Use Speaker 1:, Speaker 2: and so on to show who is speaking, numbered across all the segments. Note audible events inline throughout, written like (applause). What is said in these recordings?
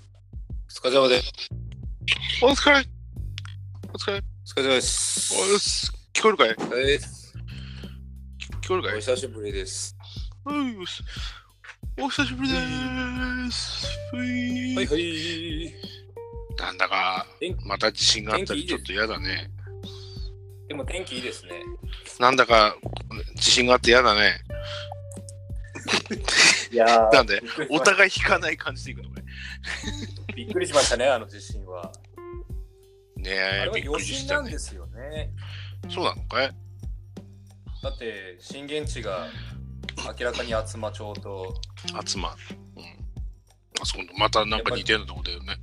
Speaker 1: お疲れ様です。
Speaker 2: お疲れ。お疲れ。
Speaker 1: お疲れ様です。
Speaker 2: およし。聞こえるかい
Speaker 1: 疲れ様です。
Speaker 2: 聞こえる
Speaker 1: お
Speaker 2: かい
Speaker 1: 久しぶりです。
Speaker 2: はいよし。お久しぶりでーす。ふい
Speaker 1: はいはい。
Speaker 2: なんだか
Speaker 1: 天、
Speaker 2: また地震があった
Speaker 1: 天気いい
Speaker 2: りち
Speaker 1: で
Speaker 2: ょっ
Speaker 1: す
Speaker 2: と嫌だね。
Speaker 1: でも天気いいですね。
Speaker 2: なんだか、地震があって嫌だね。
Speaker 1: いやー
Speaker 2: なんで
Speaker 1: びっくりしま
Speaker 2: お
Speaker 1: し
Speaker 2: 互い引かない感じでいくのこれ。
Speaker 1: たびっくりしましたね、あの地震は。
Speaker 2: ね
Speaker 1: あれ
Speaker 2: え、
Speaker 1: は
Speaker 2: びっく
Speaker 1: 余
Speaker 2: りし
Speaker 1: 震
Speaker 2: た
Speaker 1: なん
Speaker 2: ね。
Speaker 1: ですよね。
Speaker 2: そうなのかい
Speaker 1: だって震源地が明らかに厚真町と、
Speaker 2: 集まん。うん。あそこのまたなんか似たようなとこだよね。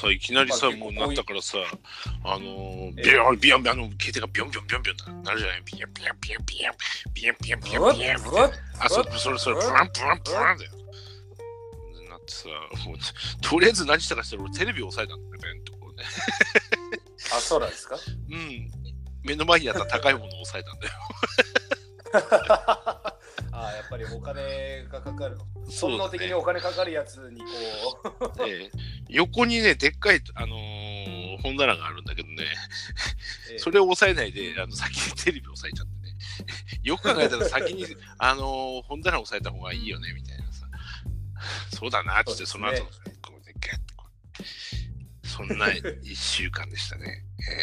Speaker 2: さいきなりさ、
Speaker 1: やっぱ
Speaker 2: こう
Speaker 1: りここ
Speaker 2: なったからさ、あのー、
Speaker 1: ええ
Speaker 2: ビヨンビヨンビヨン、あの、携帯がビヨンビヨンビヨンビヨンなるじゃないビヨンビヨンビヨンビヨンビヨンビヨンビ
Speaker 1: ブ
Speaker 2: ヨ
Speaker 1: ワ
Speaker 2: ンビヨン
Speaker 1: ッ
Speaker 2: ビ
Speaker 1: ブ
Speaker 2: ヨン
Speaker 1: ワッ
Speaker 2: あ、そそれそれ、ブランブランブランだよ。なってさ、もうとりあえず何したかしたら俺テレビを押さえたんだよね、ベンとこうね。
Speaker 1: あ、そうなんですか (laughs)
Speaker 2: うん。目の前にあった高いものを押さえたんだよ。
Speaker 1: あーやっぱりお金がかかる。本能
Speaker 2: だね
Speaker 1: 的にお金かかるやつにこう。
Speaker 2: ええ横にね、でっかい、あのー本棚があるんだけどね、
Speaker 1: ええ
Speaker 2: それを押さえないで、あの先にテレビを押さえちゃってね。 (laughs) よく考えたら先に、あのー本棚を押さえた方がいいよね、みたいなさ。 (laughs) そうだな、つって、そ
Speaker 1: そう
Speaker 2: の
Speaker 1: で
Speaker 2: 後、
Speaker 1: すね
Speaker 2: こうね、ガッとこうそんな1週間でした
Speaker 1: (laughs)
Speaker 2: ね。え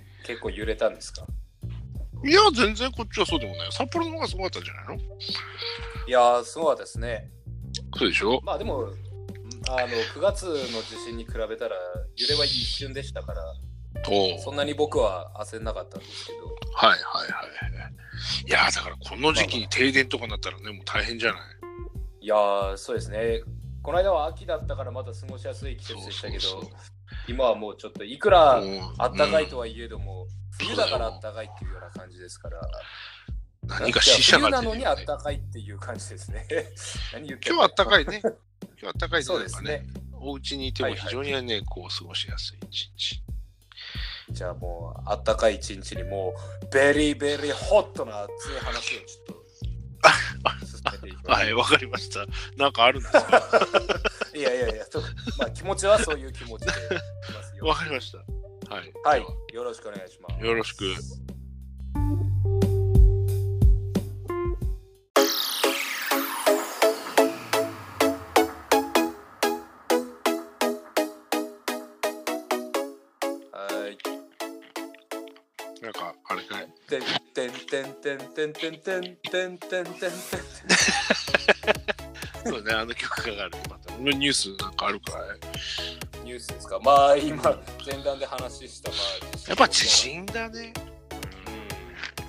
Speaker 2: え
Speaker 1: 結構揺れたんですか
Speaker 2: いや、全然こっちはそうでもないよ。札幌の方がすごかったんじゃないの
Speaker 1: いやー、すごかったですね。
Speaker 2: そうでしょ
Speaker 1: まあでも、あの9月の地震に比べたら揺れは一瞬でしたから、
Speaker 2: と、
Speaker 1: そんなに僕は焦んなかったんですけど、
Speaker 2: はいはいはい。いやー、だからこの時期に停電とかになったらね、もう大変じゃない
Speaker 1: いやー、そうですね。この間は秋だったからまだ過ごしやすい季節でしたけど、
Speaker 2: そうそう
Speaker 1: 今はもうちょっといくら
Speaker 2: もう
Speaker 1: あったかい
Speaker 2: うん
Speaker 1: とはいえども、冬だからあったかいっていうような感じですから、
Speaker 2: 何か死者が
Speaker 1: 冬な
Speaker 2: 出
Speaker 1: の
Speaker 2: てる
Speaker 1: にあ
Speaker 2: よ、
Speaker 1: っ
Speaker 2: ね。
Speaker 1: たかいっていう感じですね。 (laughs) 何言ってん
Speaker 2: 今日は
Speaker 1: の
Speaker 2: あったかいね。今日はあったかい
Speaker 1: そうです
Speaker 2: なんか
Speaker 1: ね。
Speaker 2: お家にいても非常にね、こう過ごしやすい一日。
Speaker 1: じゃあもうあったかい一日にもうベリーベリーホットな熱い話をちょっと進めてい
Speaker 2: (laughs)
Speaker 1: きま
Speaker 2: は
Speaker 1: す。
Speaker 2: い、わかりました。なんかあるんです
Speaker 1: (laughs)
Speaker 2: か
Speaker 1: いやいやいや、とまあ気持ちはそういう気持ちでいきますよ。
Speaker 2: (laughs) わかりました。はい。
Speaker 1: はい
Speaker 2: では、
Speaker 1: よろしくお願いします。
Speaker 2: よろしく。
Speaker 1: はい。
Speaker 2: なんか、あれかい。
Speaker 1: てんてんてんてんてんてんてんてんてんてんてん。
Speaker 2: そうね、あの曲がある。またニュースなんかあるかい。
Speaker 1: ニュースですか。まあ今前段で話したまあ
Speaker 2: やっぱ地。震だね。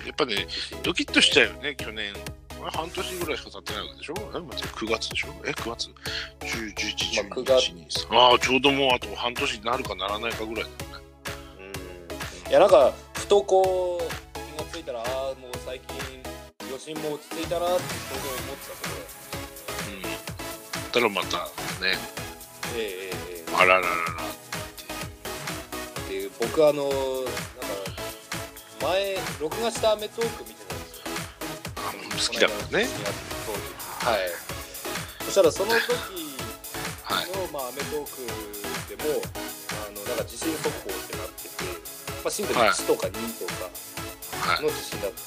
Speaker 2: やっぱね、ドキッとしちゃうよね、去年。これ半年ぐらいしか経ってないわけでしょえ待って ?9 月でしょえ、9月 ?10、11、
Speaker 1: まあ
Speaker 2: 12、
Speaker 1: 9月
Speaker 2: 1 2 3ああ、ちょうどもうあと半年になるかならないかぐらいだよね。
Speaker 1: うんいやなんかふとこう気がついたらああもう最近余震も落ち着いたなってちょうど思ってたところ。
Speaker 2: うん。たらまたね、
Speaker 1: えええええ
Speaker 2: あらららら。
Speaker 1: えっていう僕あのなんか前録画した『アメトーーク』見てたんですよ
Speaker 2: あの好きだからね。
Speaker 1: 当時はいそしたらその時
Speaker 2: はい。
Speaker 1: の『まあ、アメトーーク』でもあのなんか地震速報ってなってて、まあ、震度
Speaker 2: はい
Speaker 1: 1とか2とか、
Speaker 2: はい。
Speaker 1: の地震だったんです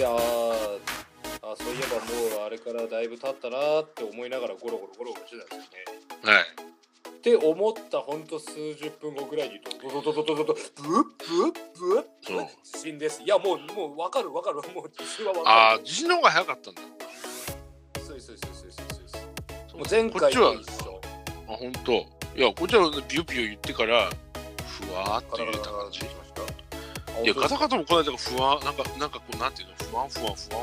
Speaker 1: よ。で、あーあー、そういえばもうあれからだいぶ経ったなーって思いながらゴロゴロゴロゴロしてたんですよね。
Speaker 2: はい。
Speaker 1: って思ったほんと数十分後ぐらいにドドドドドドドブッブッブッ
Speaker 2: そう
Speaker 1: ブッ地震です。いやもうもうわかるわかるもう地震はわ
Speaker 2: あ
Speaker 1: か
Speaker 2: あ、
Speaker 1: る。
Speaker 2: 地震の方が早かったんだ。
Speaker 1: そうですそうですそうですそうです。
Speaker 2: そう
Speaker 1: もう前
Speaker 2: こっ
Speaker 1: 回
Speaker 2: ちは
Speaker 1: と一緒。
Speaker 2: あ、本当。いや、こっちはビュビュ言ってから、ふわーっと揺れた感じ。いや、ガタ
Speaker 1: い
Speaker 2: ガタもこの間が不安、なんか、なんかこう、なんていうの、不安、不安、不安、不安して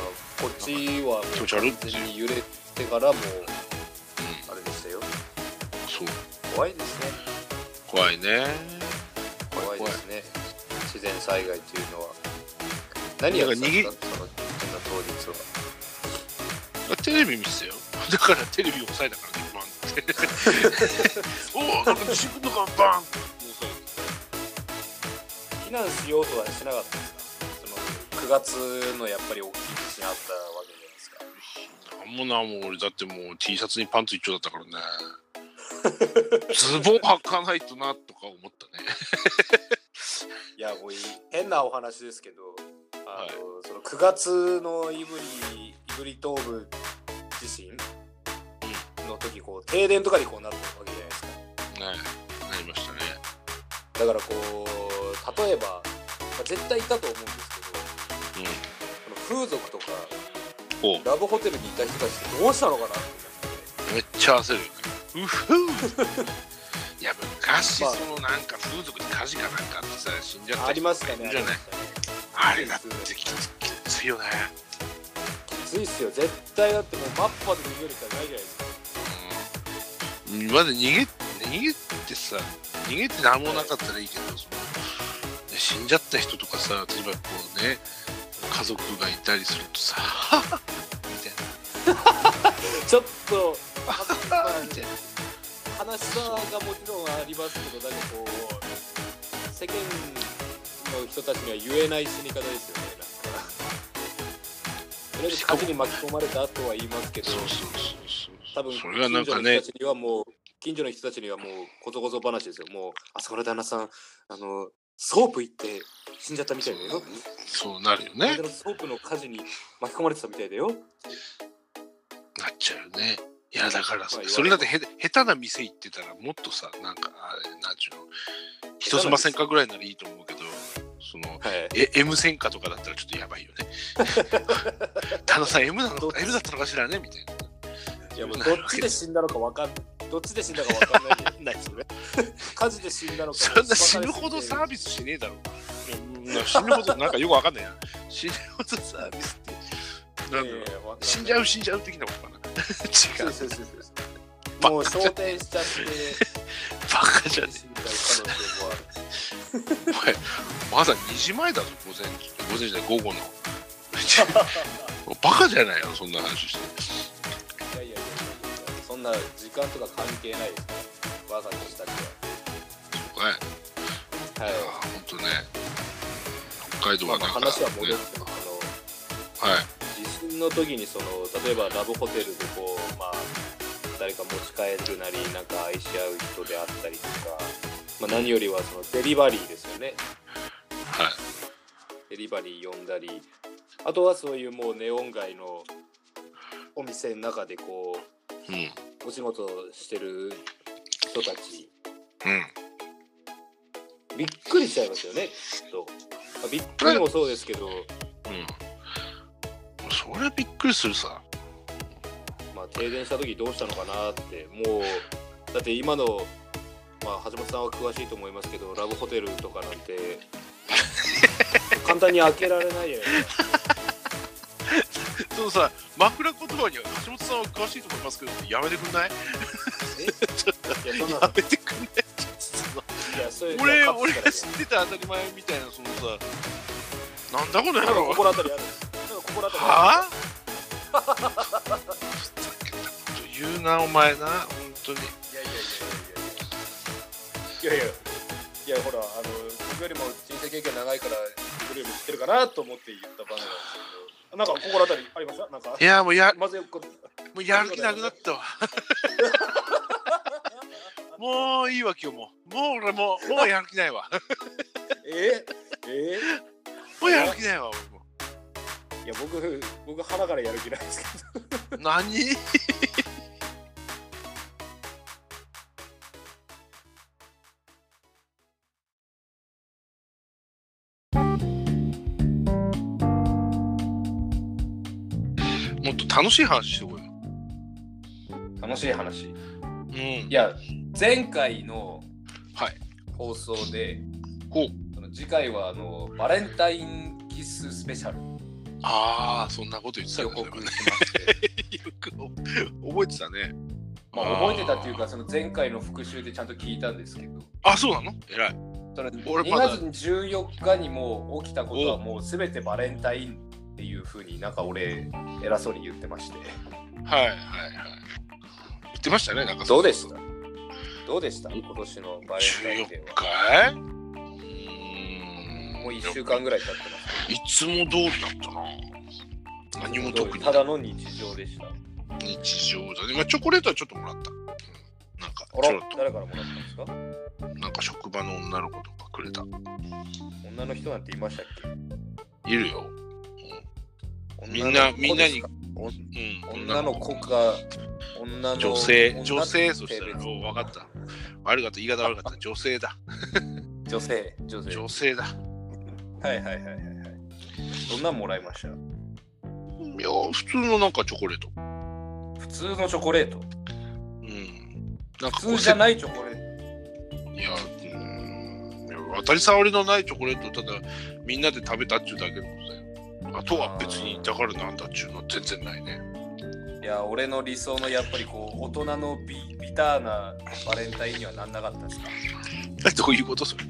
Speaker 1: やこっちはも
Speaker 2: 気持
Speaker 1: う
Speaker 2: ち悪いって
Speaker 1: 完
Speaker 2: いう。
Speaker 1: 全に揺れてからもうあれでしたよ。
Speaker 2: そう。
Speaker 1: 怖いですね。
Speaker 2: 怖いね。
Speaker 1: 怖い
Speaker 2: 怖
Speaker 1: で
Speaker 2: い
Speaker 1: すね自然災害っていうのは何が
Speaker 2: なん
Speaker 1: っ
Speaker 2: か
Speaker 1: たんですかその
Speaker 2: テレビ見せてたよ。だからテレビを押さえたからね、バンって。おお、なんか地震来るのか、バンって。押さえ
Speaker 1: 当日は避難しようとはしなかったんですかその9月のやっぱり大きい地震あったわけじゃないですか
Speaker 2: たあんなんもなもう俺だってもう T シャツにパンツ一丁だったからねズボン履かないとなとか思ったね
Speaker 1: いやもういい変なお話ですけどあの、その9月のイブリイブリ東部地震の時こう停電とかにこうなるわけじゃないですか
Speaker 2: ねなりましたね
Speaker 1: だからこう例えば、まあ絶対いたと思うんですけど、この風俗とか
Speaker 2: おう
Speaker 1: ラブホテルにいた人たちってどうしたのかなって
Speaker 2: めっちゃ焦るよねうふういや昔
Speaker 1: まあ
Speaker 2: そのなんか風俗で火事かなんかあってさ死んじゃった
Speaker 1: ありましたね
Speaker 2: いるじゃないあれだってきつきついよね
Speaker 1: きついっすよ絶対だってもうマッパで逃げるしかないじゃないですか
Speaker 2: うん今まで逃げ逃げてさ逃げて何もなかったらいいけどそのね死んじゃった人とかさ例えばこうね家族がいたりするとさみたい
Speaker 1: ちょっと
Speaker 2: なみたいな
Speaker 1: 悲しさがもちろんありますけどなんかこう世間の人たちには言えない死に方ですよねなんかとりあえず火事に巻き込まれたとは言いますけど
Speaker 2: そうそうそうそ
Speaker 1: 多
Speaker 2: う
Speaker 1: 分
Speaker 2: そ
Speaker 1: 近
Speaker 2: れが
Speaker 1: 所
Speaker 2: な
Speaker 1: の
Speaker 2: んか
Speaker 1: 人
Speaker 2: ね
Speaker 1: たちにはもう近所の人たちにはもうこそこそ話ですよもうあそこの旦那さんあのソープ行って死んじゃったみたいだよ
Speaker 2: そうなるよ
Speaker 1: この
Speaker 2: ね
Speaker 1: 間のソープの火事に巻き込まれてたみたいだよ
Speaker 2: なっちゃうよね。いやだからさ
Speaker 1: まあ
Speaker 2: それだってへ下手な店行ってたらもっとさなんかあれなんちゅうの人すませんかぐらいならいいと思うけどその
Speaker 1: はい
Speaker 2: え M 戦かとかだったらちょっとや
Speaker 1: (laughs)
Speaker 2: ばいよね。旦那さん M なの
Speaker 1: どっ
Speaker 2: か M だったのかしらねみたいな。
Speaker 1: いやもうどっちで死んだのかわかんない。どっちで死んだかわかんないないですよね。火事で死んだのか。
Speaker 2: (laughs) そんな死ぬほどサービスしねえだろ。いや死ぬほどなんかよくわかんないな。死ぬほどサービスってなんだろう死んじゃ
Speaker 1: う。
Speaker 2: う死んじゃう的なことかな。 (laughs) 違
Speaker 1: そう
Speaker 2: う。
Speaker 1: そうそうそう
Speaker 2: バ
Speaker 1: もう
Speaker 2: カじゃ
Speaker 1: 昇天しちゃって
Speaker 2: バカじゃね
Speaker 1: 死んじゃう可能性もある。
Speaker 2: え。お前まだ2時前だぞ午前午前じゃない午後の。 (laughs) バカじゃないのそんな話して。
Speaker 1: いやいやいやいやそんな時間とか関係ないですから。わざとしたく
Speaker 2: そうか
Speaker 1: は。
Speaker 2: い
Speaker 1: はい
Speaker 2: や
Speaker 1: い。
Speaker 2: 本当ね。北海道
Speaker 1: まあ
Speaker 2: は
Speaker 1: ま
Speaker 2: な
Speaker 1: あ
Speaker 2: んか、ね
Speaker 1: 話は戻るんですけど。
Speaker 2: はい。
Speaker 1: 地震の時にその例えばラブホテルでこう、まあ、誰か持ち帰るなりなんか愛し合う人であったりとか、まあ、何よりはそのデリバリーですよね
Speaker 2: はい。
Speaker 1: デリバリー呼んだりあとはそういうもうネオン街のお店の中でこ
Speaker 2: うん。
Speaker 1: うお仕事してる人たち
Speaker 2: うん。
Speaker 1: びっくりしちゃいますよねきっと、まあびっくりもそうですけど、
Speaker 2: うん。それはびっくりするさ。
Speaker 1: まあ、停電した時どうしたのかなってもうだって今の、まあ、橋本さんは詳しいと思いますけどラブホテルとかなん
Speaker 2: (laughs)
Speaker 1: て簡単に開けられないよね
Speaker 2: そのさ、枕言葉には橋本さんは詳しいと思いますけど、やめてくんない
Speaker 1: いやそんな
Speaker 2: (laughs) やめてくんない
Speaker 1: いやそういう
Speaker 2: (laughs) 俺、
Speaker 1: カップ
Speaker 2: 俺
Speaker 1: から
Speaker 2: が知ってた当たり前みたいな、そのさ、なんだこの野
Speaker 1: なん
Speaker 2: (laughs)
Speaker 1: か
Speaker 2: 郎
Speaker 1: 心当たりあるなんか心当たりあ
Speaker 2: はあふざけたこと言うな、お前な、本当に。
Speaker 1: るいやいやいやいやいやいやいやいやほらあの僕よりも人生経験長いから僕よりも知ってるかなと思って言った場面なんですけどなんか心当たりありましたなんか
Speaker 2: いや、もうや、
Speaker 1: まずよく
Speaker 2: もうやる気なくな (laughs) ったわ。もういいわ、今日も。もう俺もう、もうやる気ないわ。
Speaker 1: えええ
Speaker 2: もうやる気ないわ、俺も。
Speaker 1: いや僕僕腹からやる気ないですけど
Speaker 2: 何もっと楽しい話してこいよ。
Speaker 1: 楽しい話い
Speaker 2: うん。
Speaker 1: や前回の
Speaker 2: はい
Speaker 1: 放送で、
Speaker 2: ほう。
Speaker 1: その次回はあのバレンタインキッススペシャル
Speaker 2: ああ、そんなこと言ってた
Speaker 1: 予
Speaker 2: よ、ね。
Speaker 1: 告
Speaker 2: よ
Speaker 1: しまして、
Speaker 2: く覚えてたね。
Speaker 1: まあ、覚えてたっていうかその前回の復習でちゃんと聞いたんですけど
Speaker 2: あー。あ、そうなの偉い。
Speaker 1: その
Speaker 2: 俺
Speaker 1: 2
Speaker 2: まだ
Speaker 1: 月14日にもう起きたことはもう全てバレンタインっていうふうになんか俺偉そうに言ってまして
Speaker 2: はいはいはい。言ってましたね、なんか
Speaker 1: どうでしたどうでした今年のバレンタイ
Speaker 2: 14
Speaker 1: ンデーは
Speaker 2: 回うーん
Speaker 1: もう1週間ぐらい経ってます
Speaker 2: いつも通りだったな。何も特に
Speaker 1: ただの日常でした。
Speaker 2: 日常だね、まあ、チョコレートはちょっともらった、うんなんか
Speaker 1: あ
Speaker 2: ちょろ
Speaker 1: ら
Speaker 2: っ、
Speaker 1: 誰からもらったんですか
Speaker 2: となんか職場の女の子とかくれた
Speaker 1: 女の人なんていましたっけ
Speaker 2: いるよ、
Speaker 1: 女の
Speaker 2: みんな
Speaker 1: 子
Speaker 2: みんな
Speaker 1: です
Speaker 2: に
Speaker 1: か
Speaker 2: おうん
Speaker 1: 女の子か女の
Speaker 2: 女性
Speaker 1: 女
Speaker 2: 女性そした
Speaker 1: 性
Speaker 2: ら
Speaker 1: 別
Speaker 2: 分かった悪かった言い方悪
Speaker 1: (laughs)
Speaker 2: かった女性だ
Speaker 1: 女性女性
Speaker 2: 女性だ
Speaker 1: はいはいはいはいはいどんなんもらいました
Speaker 2: いや普通のなんかチョコレート
Speaker 1: 普通のチョコレート
Speaker 2: うんなんか
Speaker 1: 普通じゃ
Speaker 2: い
Speaker 1: ないチョコレー
Speaker 2: いやうんいや当たり障りのないチョコレートをただみんなで食べたっちゅうだけのことだよあとは別にだからなんだっちゅうのは全然ないね (laughs)
Speaker 1: トいや俺の理想のやっぱりこう大人のビビターなバレンタインにはなんなかったですか
Speaker 2: どういうことそれ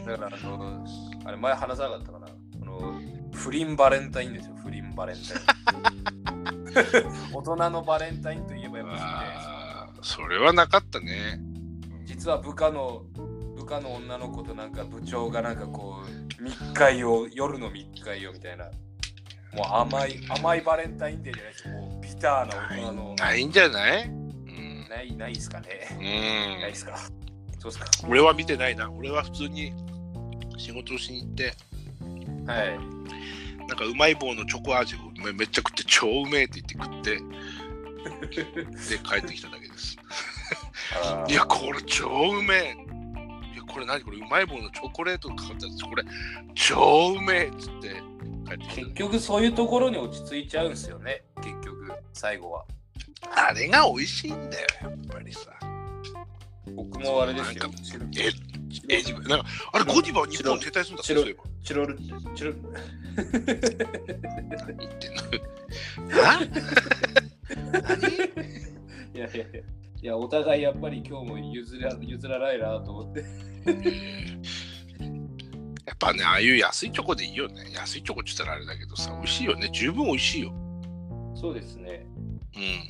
Speaker 1: だからあのあれ前話さなかったかなあの不倫バレンタインですよ不倫バレンタイン大人のバレンタインといえばやっぱ
Speaker 2: あーそれはなかったね
Speaker 1: り、実は部下の部下の女の子となんか部長がなんかこう密会を夜の密会をみたいなもう甘い甘いバレンタインデーじゃないですもうビターな大人の
Speaker 2: ないんじゃないうん
Speaker 1: ないないですかね
Speaker 2: うん
Speaker 1: ないですかそうですか
Speaker 2: 俺は見てないな俺は普通に仕事をしに行って
Speaker 1: はい
Speaker 2: なんかうまい棒のチョコ味をめめっちゃ食って超うめえって言って食ってで帰ってきただけです
Speaker 1: あ
Speaker 2: いやこれ超うめえいやこれ何これうまい棒のチョコレートがかかったやつこれ超うめえっつって帰ってき
Speaker 1: 結局そういうところに落ち着いちゃうんですよね結局最後は
Speaker 2: たあれが美味しいんだよやっぱりさ
Speaker 1: 僕もあれです
Speaker 2: な
Speaker 1: よ
Speaker 2: ん。か
Speaker 1: チロ
Speaker 2: ええ自分なんかあれゴディバは日本停滞するんだって
Speaker 1: 白い
Speaker 2: そういえば
Speaker 1: チロル、チロル、
Speaker 2: 何言ってんのな
Speaker 1: い
Speaker 2: 何
Speaker 1: やいやいや、いやお互いやっぱり今日も譲ら譲らないなと思って。
Speaker 2: (laughs) やっぱね、ああいう安いチョコでいいよね。安いチョコって言ったらあれだけどさ、美味しいよね。十分美味しいよ。
Speaker 1: そうですね。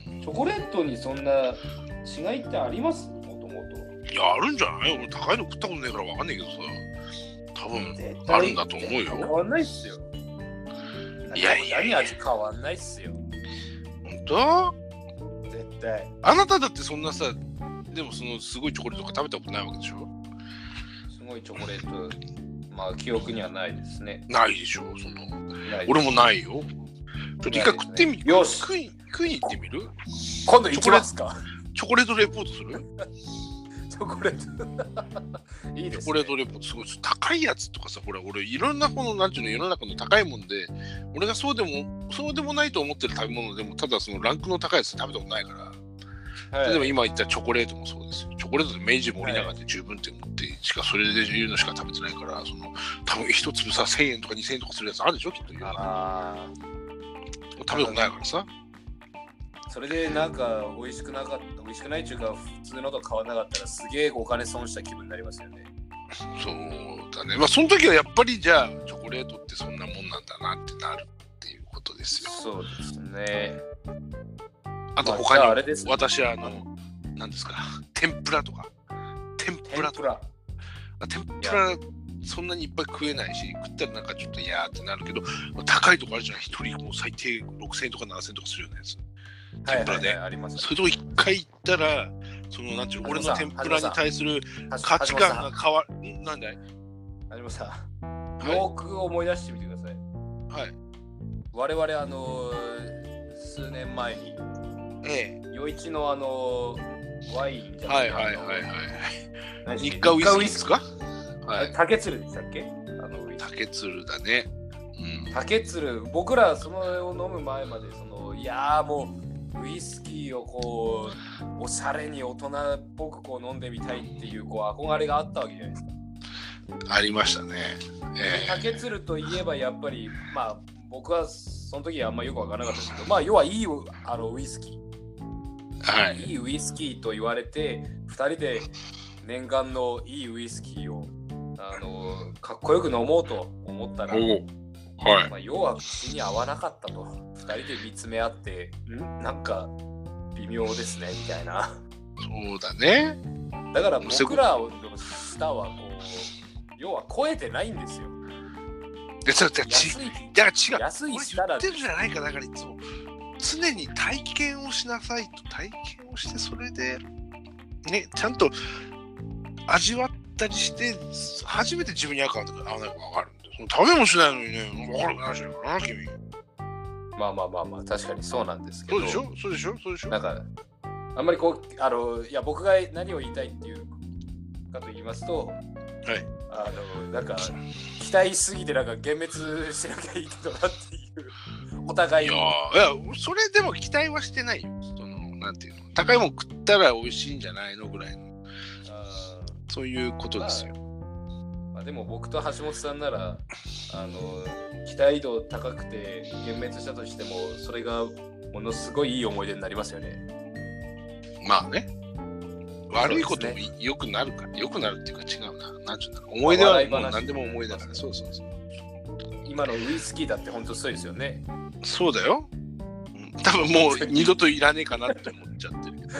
Speaker 2: うん。
Speaker 1: チョコレートにそんな違いってありますもともと。
Speaker 2: いや、あるんじゃない俺、高いの食ったことないからわかんないけどさ。多分、
Speaker 1: 絶
Speaker 2: あるんだと思うよ
Speaker 1: 絶対変わんないっすよ。
Speaker 2: いやいやいや
Speaker 1: 何味変わんないっすよ。
Speaker 2: 本当
Speaker 1: 絶対。
Speaker 2: あなただってそんなさ、でもそのすごいチョコレートとか食べたことないわけでしょ
Speaker 1: すごいチョコレート。まあ記憶にはないですね。
Speaker 2: ないでしょその
Speaker 1: ない
Speaker 2: 俺もないよ。ちょっと一回食ってみ、
Speaker 1: よし
Speaker 2: 食い食いに行ってみる
Speaker 1: 今度行きますか。
Speaker 2: チョコレートレポートする
Speaker 1: チョコレート。 (laughs) いいです、ね。
Speaker 2: チョコレートレポートすごい高いやつとかさほら俺いろんなこのなんていうの世の中の高いもんで俺がそうでもそうでもないと思ってる食べ物でもただそのランクの高いやつ食べたことないから、
Speaker 1: はい
Speaker 2: 例えば今言ったチョコレートもそうですよチョコレートで明治森永って十分点持ってしかそれで言うのしか食べてないからその多分一粒さ1000円とか2000円とかするやつあるでしょきっと食べた
Speaker 1: あ
Speaker 2: ことないからさ
Speaker 1: ーそれでなんか美味しくなかった美味しくないっていうか普通のと買わなかったらすげえお金損した気分になりますよね
Speaker 2: そうだねまあその時はやっぱりじゃあチョコレートってそんなもんなんだなってなるっていうことですよ
Speaker 1: そうですね
Speaker 2: あと
Speaker 1: まあ
Speaker 2: 他
Speaker 1: じゃ
Speaker 2: に
Speaker 1: ああ
Speaker 2: も
Speaker 1: れですね
Speaker 2: 私はあの、なんですか、天ぷらとか、天ぷ
Speaker 1: 天
Speaker 2: ら
Speaker 1: ぷ
Speaker 2: と
Speaker 1: ら
Speaker 2: か、天ぷらそんなにいっぱい食えないし、食ったらなんかちょっといやーってなるけど、高いとこあるじゃん、一人もう最低6000円とか7000円とかするようなやつ。天ぷら
Speaker 1: はいはい
Speaker 2: で
Speaker 1: はい、あります
Speaker 2: それとこ一回行ったら、そのなんていうの俺の
Speaker 1: はじ
Speaker 2: 天
Speaker 1: めさん
Speaker 2: ぷらに対する
Speaker 1: は
Speaker 2: 価値観
Speaker 1: は
Speaker 2: が変わる、んなんだい
Speaker 1: じめさん
Speaker 2: は
Speaker 1: よーく思い出してみてください
Speaker 2: い、はい、
Speaker 1: 我々あのー数年前に
Speaker 2: え
Speaker 1: 余一のあのーワインじ
Speaker 2: え
Speaker 1: ゃ
Speaker 2: は
Speaker 1: ないい
Speaker 2: はいはいはい。
Speaker 1: 何でし
Speaker 2: 日
Speaker 1: た
Speaker 2: 課
Speaker 1: っ
Speaker 2: ウ
Speaker 1: け
Speaker 2: イスキーです
Speaker 1: あ
Speaker 2: かは
Speaker 1: れ
Speaker 2: い。
Speaker 1: 竹鶴でしたっけあのウイスキー
Speaker 2: 竹鶴だね。うん。
Speaker 1: 竹鶴僕らそのを飲む前までそのいやーもうウイスキーをこうおしゃれに大人っぽくこう飲んでみたいっていうこう憧れがあったわけじゃないですか。
Speaker 2: ありましたね。ええ
Speaker 1: 竹鶴といえばやっぱりまあ僕はその時はあんまよくわからなかったですけどまあ要はいいあのウイスキ
Speaker 2: は
Speaker 1: ー
Speaker 2: い。
Speaker 1: いいウイスキーと言われて2人で念願のいいウイスキーをあのかっこよく飲もうと思ったら。
Speaker 2: おお。はい。
Speaker 1: まあ、要は口に合わなかったと2人で見つめ合ってんなんか微妙ですねみたいな
Speaker 2: そうだね。
Speaker 1: だから僕らの舌はこう要は超えてないんですよ
Speaker 2: で、そうだ、ち、
Speaker 1: 安い
Speaker 2: だから違う。
Speaker 1: 安い
Speaker 2: 俺
Speaker 1: 舌だ
Speaker 2: 言ってるじゃないか、だからいつも。常に体験をしなさいと体験をしてそれでねちゃんと味わったりして初めて自分に合うか合わないか分かるんでその食べもしないのにね分かるわけないじゃないかな君
Speaker 1: まあまあまあまあ、確かにそうなんですけ
Speaker 2: そ
Speaker 1: ど。
Speaker 2: うでしょそうでしょそうでしょ
Speaker 1: なんか、あんまりこう、あの、いや、僕が何を言いたいっていうかと言いますと、
Speaker 2: はい
Speaker 1: あの、なんか、期待しすぎて、なんか、幻滅しなきゃいいけどなっていう、お互
Speaker 2: い
Speaker 1: い
Speaker 2: や
Speaker 1: の。
Speaker 2: ーいやそれでも期待はしてないよそのなんていうの高いもん食ったら美味しいんじゃないのぐらいの
Speaker 1: あー
Speaker 2: そういうことですよ、
Speaker 1: まあ、でも僕と橋本さんなら、あの、期待度高くて、幻滅したとしても、それが、ものすごいいい思い出になりますよね。
Speaker 2: まあね悪いことも
Speaker 1: そう
Speaker 2: 良くなるから良くなるっていうか違うななんちゅうんだろう思い出は
Speaker 1: 笑い
Speaker 2: もう
Speaker 1: 話
Speaker 2: 何でも思い出だからそうそうそう
Speaker 1: 今のウイスキーだって本当そうですよね。
Speaker 2: そうだようん多分もう二度といらねえかなって思っちゃってるけど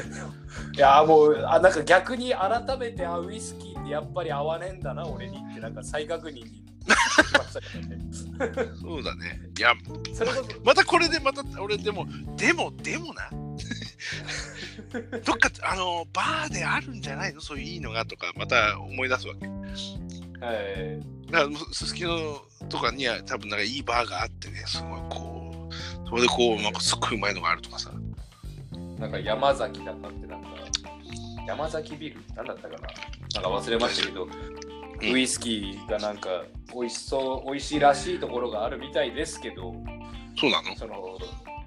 Speaker 1: いやーもうあなんか逆に改めてあウイスキーってやっぱり合わねえんだな俺にってなんか再確認にしましたけどね (laughs)
Speaker 2: そうだねいや
Speaker 1: それこ
Speaker 2: またこれでまた俺でもでもでも
Speaker 1: (laughs)
Speaker 2: などっかあのバーであるんじゃないのそういういいのがとかまた思い出すわけ
Speaker 1: そ、はい、
Speaker 2: だからすすきのとかには多分なんかいいバーがあってねすごいこうそれでこうなんかすっごいうまいのがあるとかさ
Speaker 1: なんか山崎だったってなんか山崎ビールなんだったかななんか忘れましたけど、
Speaker 2: うん
Speaker 1: ウイスキーがなんか美味しそう美味しいらしいところがあるみたいですけど
Speaker 2: そうなの
Speaker 1: その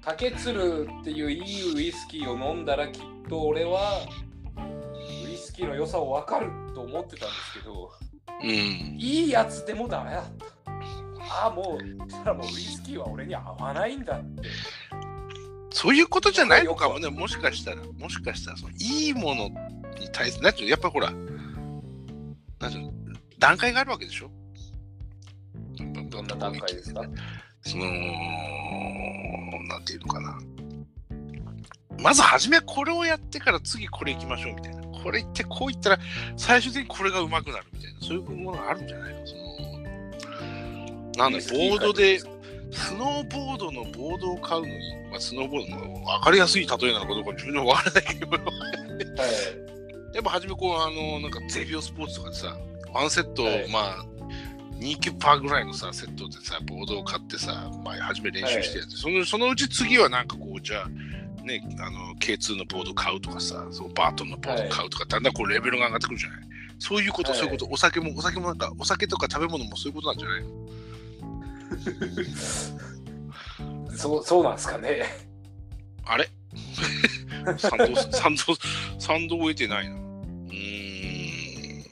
Speaker 1: 竹鶴っていういいウイスキーを飲んだらきっと俺はウイスキーの良さを分かると思ってたんですけど
Speaker 2: うん
Speaker 1: いいやつでもダメだった。ああ、もう、そしたらもうウイスキーは俺に合わないんだって。
Speaker 2: そういうことじゃないのかもねもしかしたらもしかしたらそのいいものに対するなんていうのやっぱほらなんていうの段階があるわけでしょ
Speaker 1: どんな段階ですか
Speaker 2: その、なんていうのかな。まず初めはこれをやってから次これ行きましょうみたいな。これ行ってこう行ったら最終的にこれがうまくなるみたいな。そういうものがあるんじゃないのその、なんだ
Speaker 1: ウイスキー
Speaker 2: ボー
Speaker 1: 界
Speaker 2: ドで、
Speaker 1: すか
Speaker 2: スノーボードのボードを買うのに、まあ、スノーボードの分かりやすい例えなのかどうか自分でも分からないけど、
Speaker 1: はい。
Speaker 2: やっぱ初めこう、あの、なんかゼビオスポーツとかでさ、ワンセット、
Speaker 1: はい
Speaker 2: まあ、2キュッパーぐらいのさ、セットでさ、ボードを買ってさ、まあ、初め練習してやって、その、そのうち次はなんかこう、じゃあ、ね、あの、K2 のボード買うとかさ、そうバートンのボード買うとか、だんだんこう、レベルが上がってくるじゃない。そういうこと、
Speaker 1: はい
Speaker 2: そういうこと、お酒も、お酒もなんか、お酒とか食べ物もそういうことなんじゃないの
Speaker 1: そう、そうなんですかね。
Speaker 2: あれ賛同、賛同、賛同を得てないな。うーん。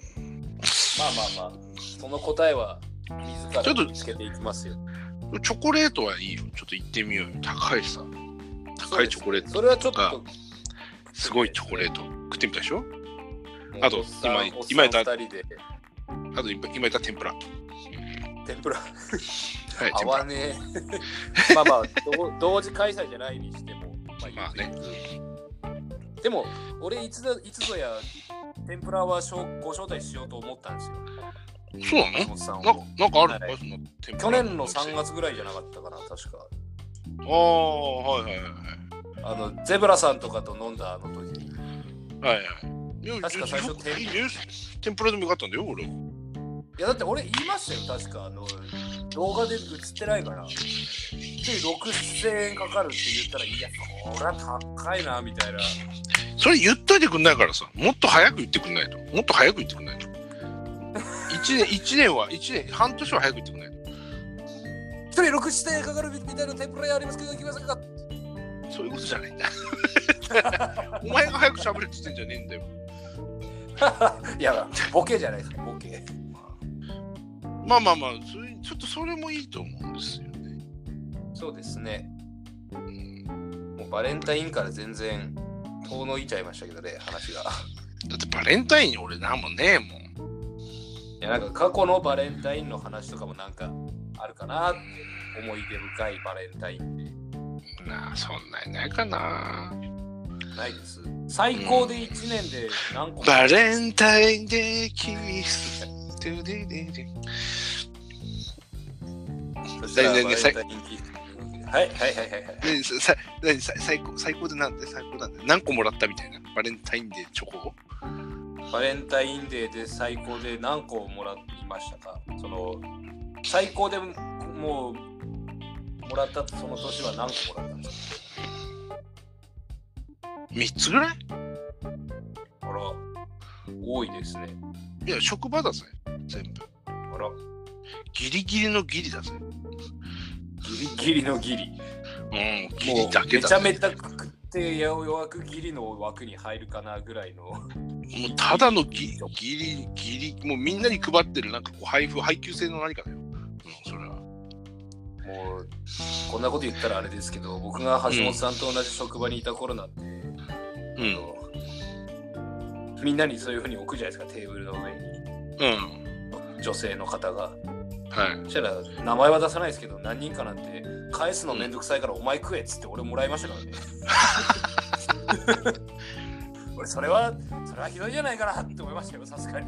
Speaker 1: まあまあまあ、その答えは自ら
Speaker 2: ちょっと
Speaker 1: 見つけていきますよ。
Speaker 2: チョコレートはいいよ。ちょっと行ってみようよ。高いしさ。高いチョコレート。
Speaker 1: それはちょっ
Speaker 2: が
Speaker 1: と、
Speaker 2: すごいチョコレート。食ってみたでしょあと今今
Speaker 1: 今
Speaker 2: 言った
Speaker 1: 2人で
Speaker 2: あと今今言った天ぷら。はい、
Speaker 1: 天ぷら
Speaker 2: 天
Speaker 1: 合
Speaker 2: ぷら
Speaker 1: わ。ね
Speaker 2: (laughs)
Speaker 1: え。まあまあどう、同時開催じゃないにしても。
Speaker 2: まあね。
Speaker 1: でも、俺いつだ、いつぞや天ぷらはしょご招待しようと思ったんですよ。
Speaker 2: そうな
Speaker 1: 松
Speaker 2: の
Speaker 1: 本さんを
Speaker 2: なんかなんかあるのか、
Speaker 1: はい
Speaker 2: その天ぷら。
Speaker 1: 去年の3。月ぐらいじゃなかったかな、確か。
Speaker 2: ああ、はいはいはい。
Speaker 1: あの、ゼブラさんとかと飲んだあの時に。
Speaker 2: はいはい。いや
Speaker 1: 確か最初天
Speaker 2: いいよ天ぷらでもよかったんだよ、俺。
Speaker 1: いや、だって俺言いましたよ、確か。あの、動画で映ってないから。で、6000円かかるって言ったら、いや、これは高いな、みたいな。
Speaker 2: それ言っといてくんないからさ、もっと早く言ってくんないと。もっと早く言ってくんないと。一年、一年は、一年、半年は早く言ってくんないと。
Speaker 1: 一人6000円かかるみたいな天ぷら屋ありますけど、行きませんか
Speaker 2: そういうことじゃないんだ。お前が早く喋れって言ってんじゃねえんだよ。
Speaker 1: いや、ボケじゃないですか、ボケ。
Speaker 2: まあまあまあ、それちょっとそれもいいと思うんですよね。
Speaker 1: そうですね。
Speaker 2: うん、
Speaker 1: もうバレンタインから全然遠のいちゃいましたけどね、話が。
Speaker 2: だってバレンタインに俺なんもねえもん。
Speaker 1: (laughs) いやなんか過去のバレンタインの話とかもなんかあるかなって思い出深いバレンタインで
Speaker 2: なあ、そんなんないかな。
Speaker 1: ないです最高で1年で何個も
Speaker 2: バレンタインデーキス。トゥデデデ
Speaker 1: そしたらバレ
Speaker 2: 全然
Speaker 1: ンタインキッズはいはいはいはいはい。
Speaker 2: でささ何さ最高最高でなんで最高なんで何個もらったみたいなバレンタインデーチョコ
Speaker 1: バレンタインデーで最高で何個もらいましたかその最高でもうもらったその年は何個もらったんです
Speaker 2: 3つぐらい
Speaker 1: かあら多いですね
Speaker 2: いや職場だぜ全部
Speaker 1: あら
Speaker 2: ギリギリのギリだぜ
Speaker 1: ギリギリのギリ
Speaker 2: うんギ
Speaker 1: も
Speaker 2: リだ
Speaker 1: う
Speaker 2: け
Speaker 1: めち
Speaker 2: だ
Speaker 1: ゃ
Speaker 2: ね
Speaker 1: めちゃ食って弱くギリの枠に入るかなぐらいの
Speaker 2: もうただのギギリギリもうみんなに配ってるなんかこう配布配給制の何かだよ、うん、それは
Speaker 1: もうこんなこと言ったらあれですけど僕が橋本さんと同じ職場にいた頃なんて、
Speaker 2: う
Speaker 1: あ
Speaker 2: ん
Speaker 1: のみんなにそういうふうに置くじゃないですかテーブルの上に
Speaker 2: うん
Speaker 1: 女性の方が
Speaker 2: はい
Speaker 1: そしたら名前は出さないですけど何人かなんて返すのめんどくさいからお前食えっつって俺もらいましたからね (laughs) 俺それはそれはひどいじゃないかなって思いましたよさすがに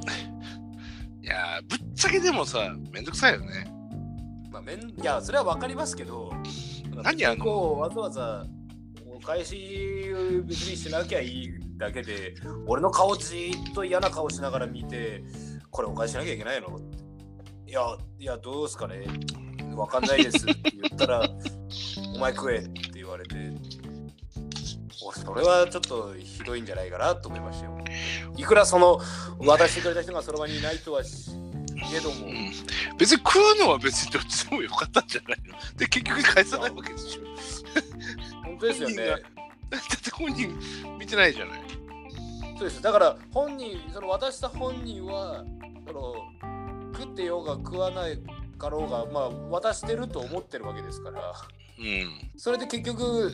Speaker 2: いやーぶっちゃけでもさめんどくさいよね
Speaker 1: まあ、めんいやそれはわかりますけど
Speaker 2: 何あの
Speaker 1: こうわざわざお返し別にしなきゃいいだけで俺の顔じっと嫌な顔しながら見てこれお返ししなきゃいけないのいやいやどうですかねわかんないですって言ったら (laughs) お前食えって言われておそれはちょっとひどいんじゃないかなと思いましたよいくらその渡してくれた人がその場にいないとはしいえども、
Speaker 2: うん別に食うのは別にどっちでもよかったんじゃないので結局返さないわけでしょ
Speaker 1: 本当ですよ
Speaker 2: 本人が
Speaker 1: ね
Speaker 2: だって本人見てないじゃない
Speaker 1: そうですだから本人その渡した本人はその食ってようが食わないかろうがまあ渡してると思ってるわけですから
Speaker 2: うん
Speaker 1: それで結局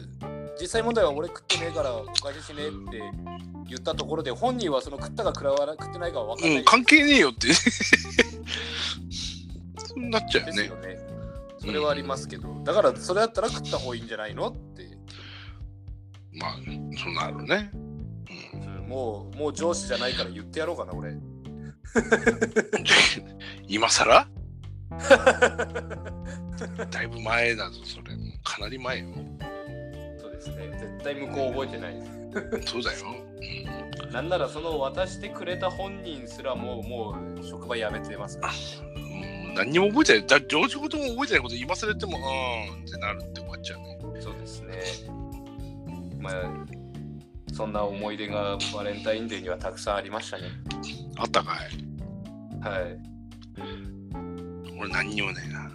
Speaker 1: 実際問題は俺食ってねえからお返ししねえって言ったところで本人はその食ったか食らわな食ってないかは分かん
Speaker 2: う
Speaker 1: ない
Speaker 2: ん、関係ねえよって (laughs) そうなっちゃう
Speaker 1: で
Speaker 2: よ
Speaker 1: す
Speaker 2: ね
Speaker 1: よねそれはありますけど、だからそれだったら食った方がいいんじゃないのって、
Speaker 2: まあそうなるね、う
Speaker 1: もうもう上司じゃないから言ってやろうかな俺
Speaker 2: ん、 (laughs) 今さらだいぶ前だぞそれかなり前よ
Speaker 1: そうですね絶対向こう覚えてないです
Speaker 2: そうだよ、
Speaker 1: なんならその渡してくれた本人すらももう職場辞めてますから
Speaker 2: うん、何にも覚えてないだ上司事も覚えてないこと今更言ってもうんってなるって終わっちゃうね
Speaker 1: そうですねまあそんな思い出がバレンタインデーにはたくさんありましたね
Speaker 2: あったかい
Speaker 1: はい
Speaker 2: 俺何にもねえない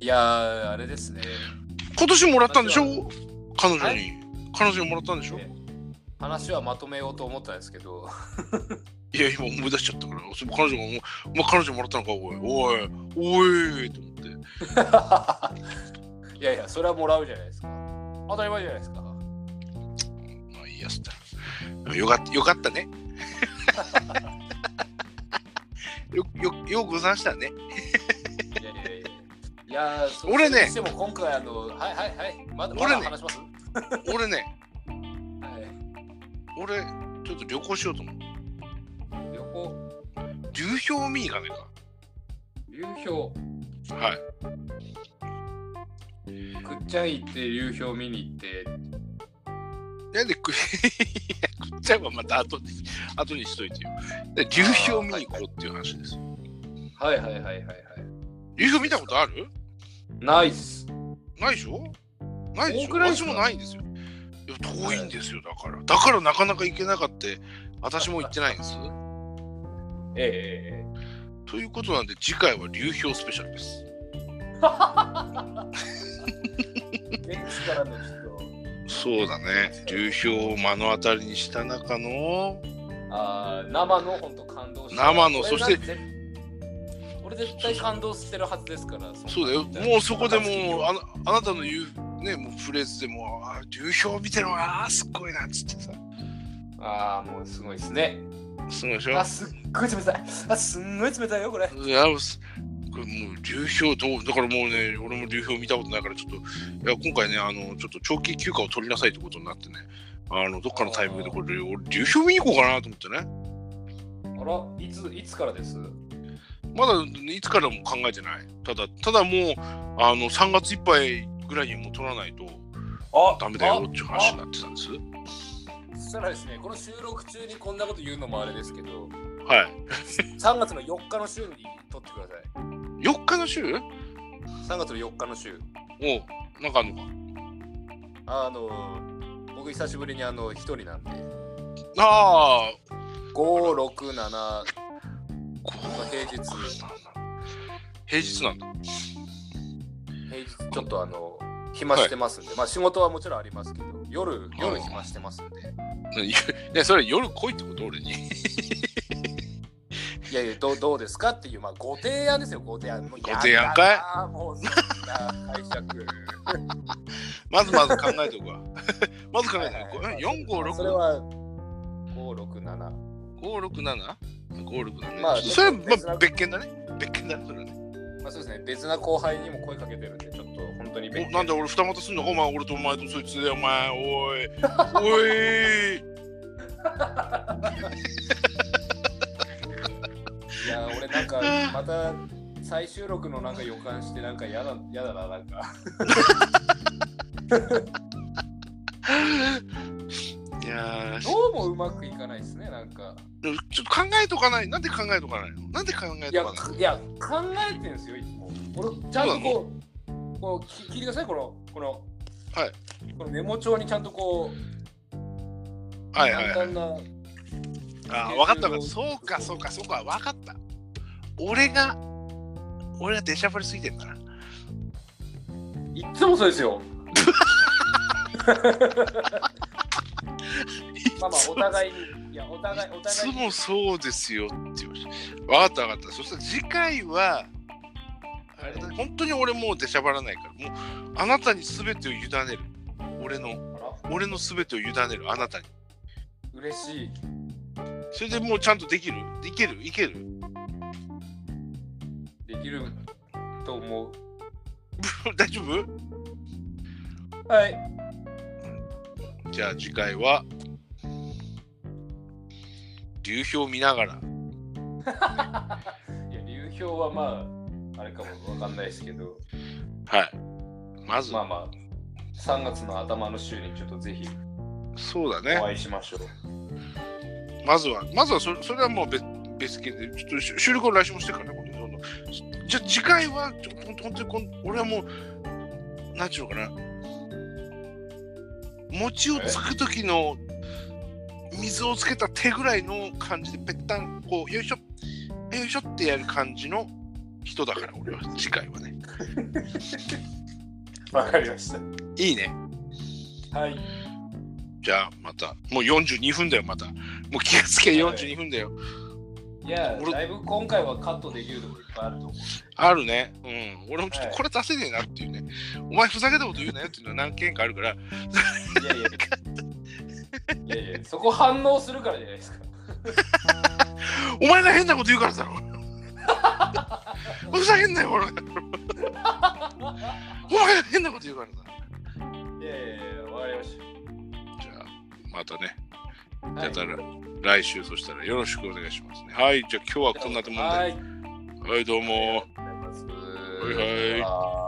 Speaker 1: やーあれですね
Speaker 2: 今年もらったんでしょ彼女
Speaker 1: は
Speaker 2: に彼女にもらったんでしょ
Speaker 1: ね話はまとめようと思ったんですけど (laughs)
Speaker 2: いや今思い出しちゃったからそ彼女がもう「お前彼女もらったのかおいおいおい」と思って
Speaker 1: いやいやそれはもらうじゃないですか当たり前じゃないですか
Speaker 2: まあいいやつだよかったよ
Speaker 1: (laughs)
Speaker 2: かったねよよようござんしたね
Speaker 1: いやいやいやいやーそ
Speaker 2: 俺
Speaker 1: そ
Speaker 2: ね
Speaker 1: れにしても今回あのはいはいはいまだま
Speaker 2: 俺
Speaker 1: だ
Speaker 2: ね
Speaker 1: 話します、
Speaker 2: 俺ね
Speaker 1: はい
Speaker 2: 俺ちょっと旅行しようと思う
Speaker 1: 旅行
Speaker 2: 流氷見に行かない
Speaker 1: 流氷
Speaker 2: かはい
Speaker 1: くっちゃん行って流氷見に行って
Speaker 2: なんでく (laughs) いや食っちゃえばまた後に後にしといてよで流氷見に行こうっていう話です、
Speaker 1: はいはいはいはいはい
Speaker 2: 流氷見たことある
Speaker 1: ナイス
Speaker 2: ないでしょないでし
Speaker 1: 多
Speaker 2: ょ
Speaker 1: くないで
Speaker 2: 私
Speaker 1: すか
Speaker 2: もないんですよ。いや遠いんですよ、だから。だからなかなか行けなかった。私も行ってないんです。
Speaker 1: ええ
Speaker 2: ということなんで、次回は流氷スペシャルです。
Speaker 1: ええ現地からのちょっ
Speaker 2: そうだね。流氷を目の当たりにした中の、
Speaker 1: とあー生の本当感動した
Speaker 2: 生の
Speaker 1: これ
Speaker 2: そして
Speaker 1: なんぜ俺絶対感動してるはずですから
Speaker 2: そうだよ。もうそこでもう、あなあなたの言う、ね、もうフレーズでもう、あー流氷見てるわ、あーすっごいな、っつってさ。
Speaker 1: うああもうすごいですね
Speaker 2: すごいでしょ
Speaker 1: あすっごい冷たいあすんごい冷たいよこれ
Speaker 2: いやすこれもう流氷どうだからもうね俺も流氷見たことないからちょっといや今回ねあのちょっと長期休暇を取りなさいってことになってねあのどっかのタイミングでこれ俺流氷見に行こうかなと思ってね
Speaker 1: あらいついつからです
Speaker 2: まだいつからも考えてないただただもうああの3月いっぱいぐらいにもう取らないと
Speaker 1: あ
Speaker 2: ダメだよっていう話になってたんです。
Speaker 1: あそしたらですね、この収録中にこんなこと言うのもあれですけど、
Speaker 2: はい。
Speaker 1: 3月の4日の週に撮ってくださ
Speaker 2: 4日の週も
Speaker 1: い。3月の4日の週。
Speaker 2: う、なんかあんのか。
Speaker 1: あの、僕久しぶりにあの、一人なんで、
Speaker 2: ああ、
Speaker 1: 5、6、7、
Speaker 2: こ
Speaker 1: 平日
Speaker 2: 平日なんだ。
Speaker 1: 平日ちょっとあの、暇してますんで、まあ仕事はもちろんありますけど、夜、夜暇してますんで、
Speaker 2: 何 (laughs) ね、それ夜来いってこと俺に。 (laughs)
Speaker 1: いやいや、どうどうですかっていう、まあご提案ですよ、ご提案。もう
Speaker 2: ご提案かい
Speaker 1: やだなもうそんな解釈。
Speaker 2: まずまず考えておくわ。 (laughs) まず考えておくわ。4、
Speaker 1: それ
Speaker 2: 5、6、
Speaker 1: は567
Speaker 2: 5、6、7? 5、6、7。
Speaker 1: まあ
Speaker 2: それ、ま
Speaker 1: 別な
Speaker 2: あ、別件だね。別件だね、それね。
Speaker 1: まあそうですね別な後輩にも声かけてるんでちょっと本当に別
Speaker 2: おなんで俺二股すんのかお前、俺とお前とそいつで、お前、おい。おい。
Speaker 1: いや俺なんかまた再収録のなんか予感してなんかやだやだななんか
Speaker 2: いやー、
Speaker 1: どうもうまくいかないですねなんか
Speaker 2: でもちょっと考えとかない。なんで考えとかないのなんで考え
Speaker 1: いや
Speaker 2: とかない
Speaker 1: かいや考えてるんですよいつも俺ちゃんとこうこうき聞いてくださいこのこの
Speaker 2: はい
Speaker 1: このメモ帳にちゃんとこう
Speaker 2: はいはいはい。
Speaker 1: 簡単な
Speaker 2: あ分かった分かったそうかそうかそうか分かった俺が俺が出しゃばりすぎてんだない
Speaker 1: っつもそうです
Speaker 2: (laughs)
Speaker 1: よまあまあお互いにいやお互いお
Speaker 2: いつ
Speaker 1: 互いに
Speaker 2: もそうですよって言われて分かった分かったそしたら次回はあれだね本当に俺もう出しゃばらないからもうあなたに全てを委ねる俺の俺の全てを委ねるあなたに
Speaker 1: 嬉しい
Speaker 2: それでもうちゃんとできるいけるいける (laughs)
Speaker 1: できると思う
Speaker 2: 大丈夫
Speaker 1: はい
Speaker 2: じゃあ次回は流氷見ながら
Speaker 1: いや流氷はまああれかもわかんないですけど
Speaker 2: はいまず、
Speaker 1: まあまあ3月の頭の週にちょっとぜひ
Speaker 2: そうだね
Speaker 1: お会いしましょう、
Speaker 2: まずは、まずはそれそれはもう別別件で、ちょっとし収録を来週もしてるからね、今度そのじゃあ次回は、ちょっと本当に今俺はもう、なんちゅうのかな、餅をつく時の水をつけた手ぐらいの感じで、ぺったん、こう、よいしょ、よいしょってやる感じの人だから、俺は次回はね。
Speaker 1: わかりまし
Speaker 2: いいね。
Speaker 1: たはい
Speaker 2: じゃあまた、もう42分だよ、また。もう気がつけ42分だよ。
Speaker 1: いや
Speaker 2: 俺
Speaker 1: だいぶ今回はカットできるとこいっぱいあると思う
Speaker 2: あるね。うん。俺もちょっ
Speaker 1: はい
Speaker 2: とこれ出せねえなっていうね。お前ふざけたこと言うなよっていうのは何件かあるから。
Speaker 1: いやいやいやいやそこ反応するからじゃないですか
Speaker 2: お前が変なこと言うから
Speaker 1: (laughs)
Speaker 2: だろ。ふざけんなよ、俺。お前が変なこと言うからだ。
Speaker 1: いやいやいやわかりまし
Speaker 2: じゃあ、またね。
Speaker 1: た
Speaker 2: じゃあ
Speaker 1: は
Speaker 2: たら、来週そしたらよろしくお願いしますね。はい、じゃあ今日はこんなともんで。
Speaker 1: はい
Speaker 2: はい、どうも。
Speaker 1: ありがとうございます
Speaker 2: はいはい
Speaker 1: はーい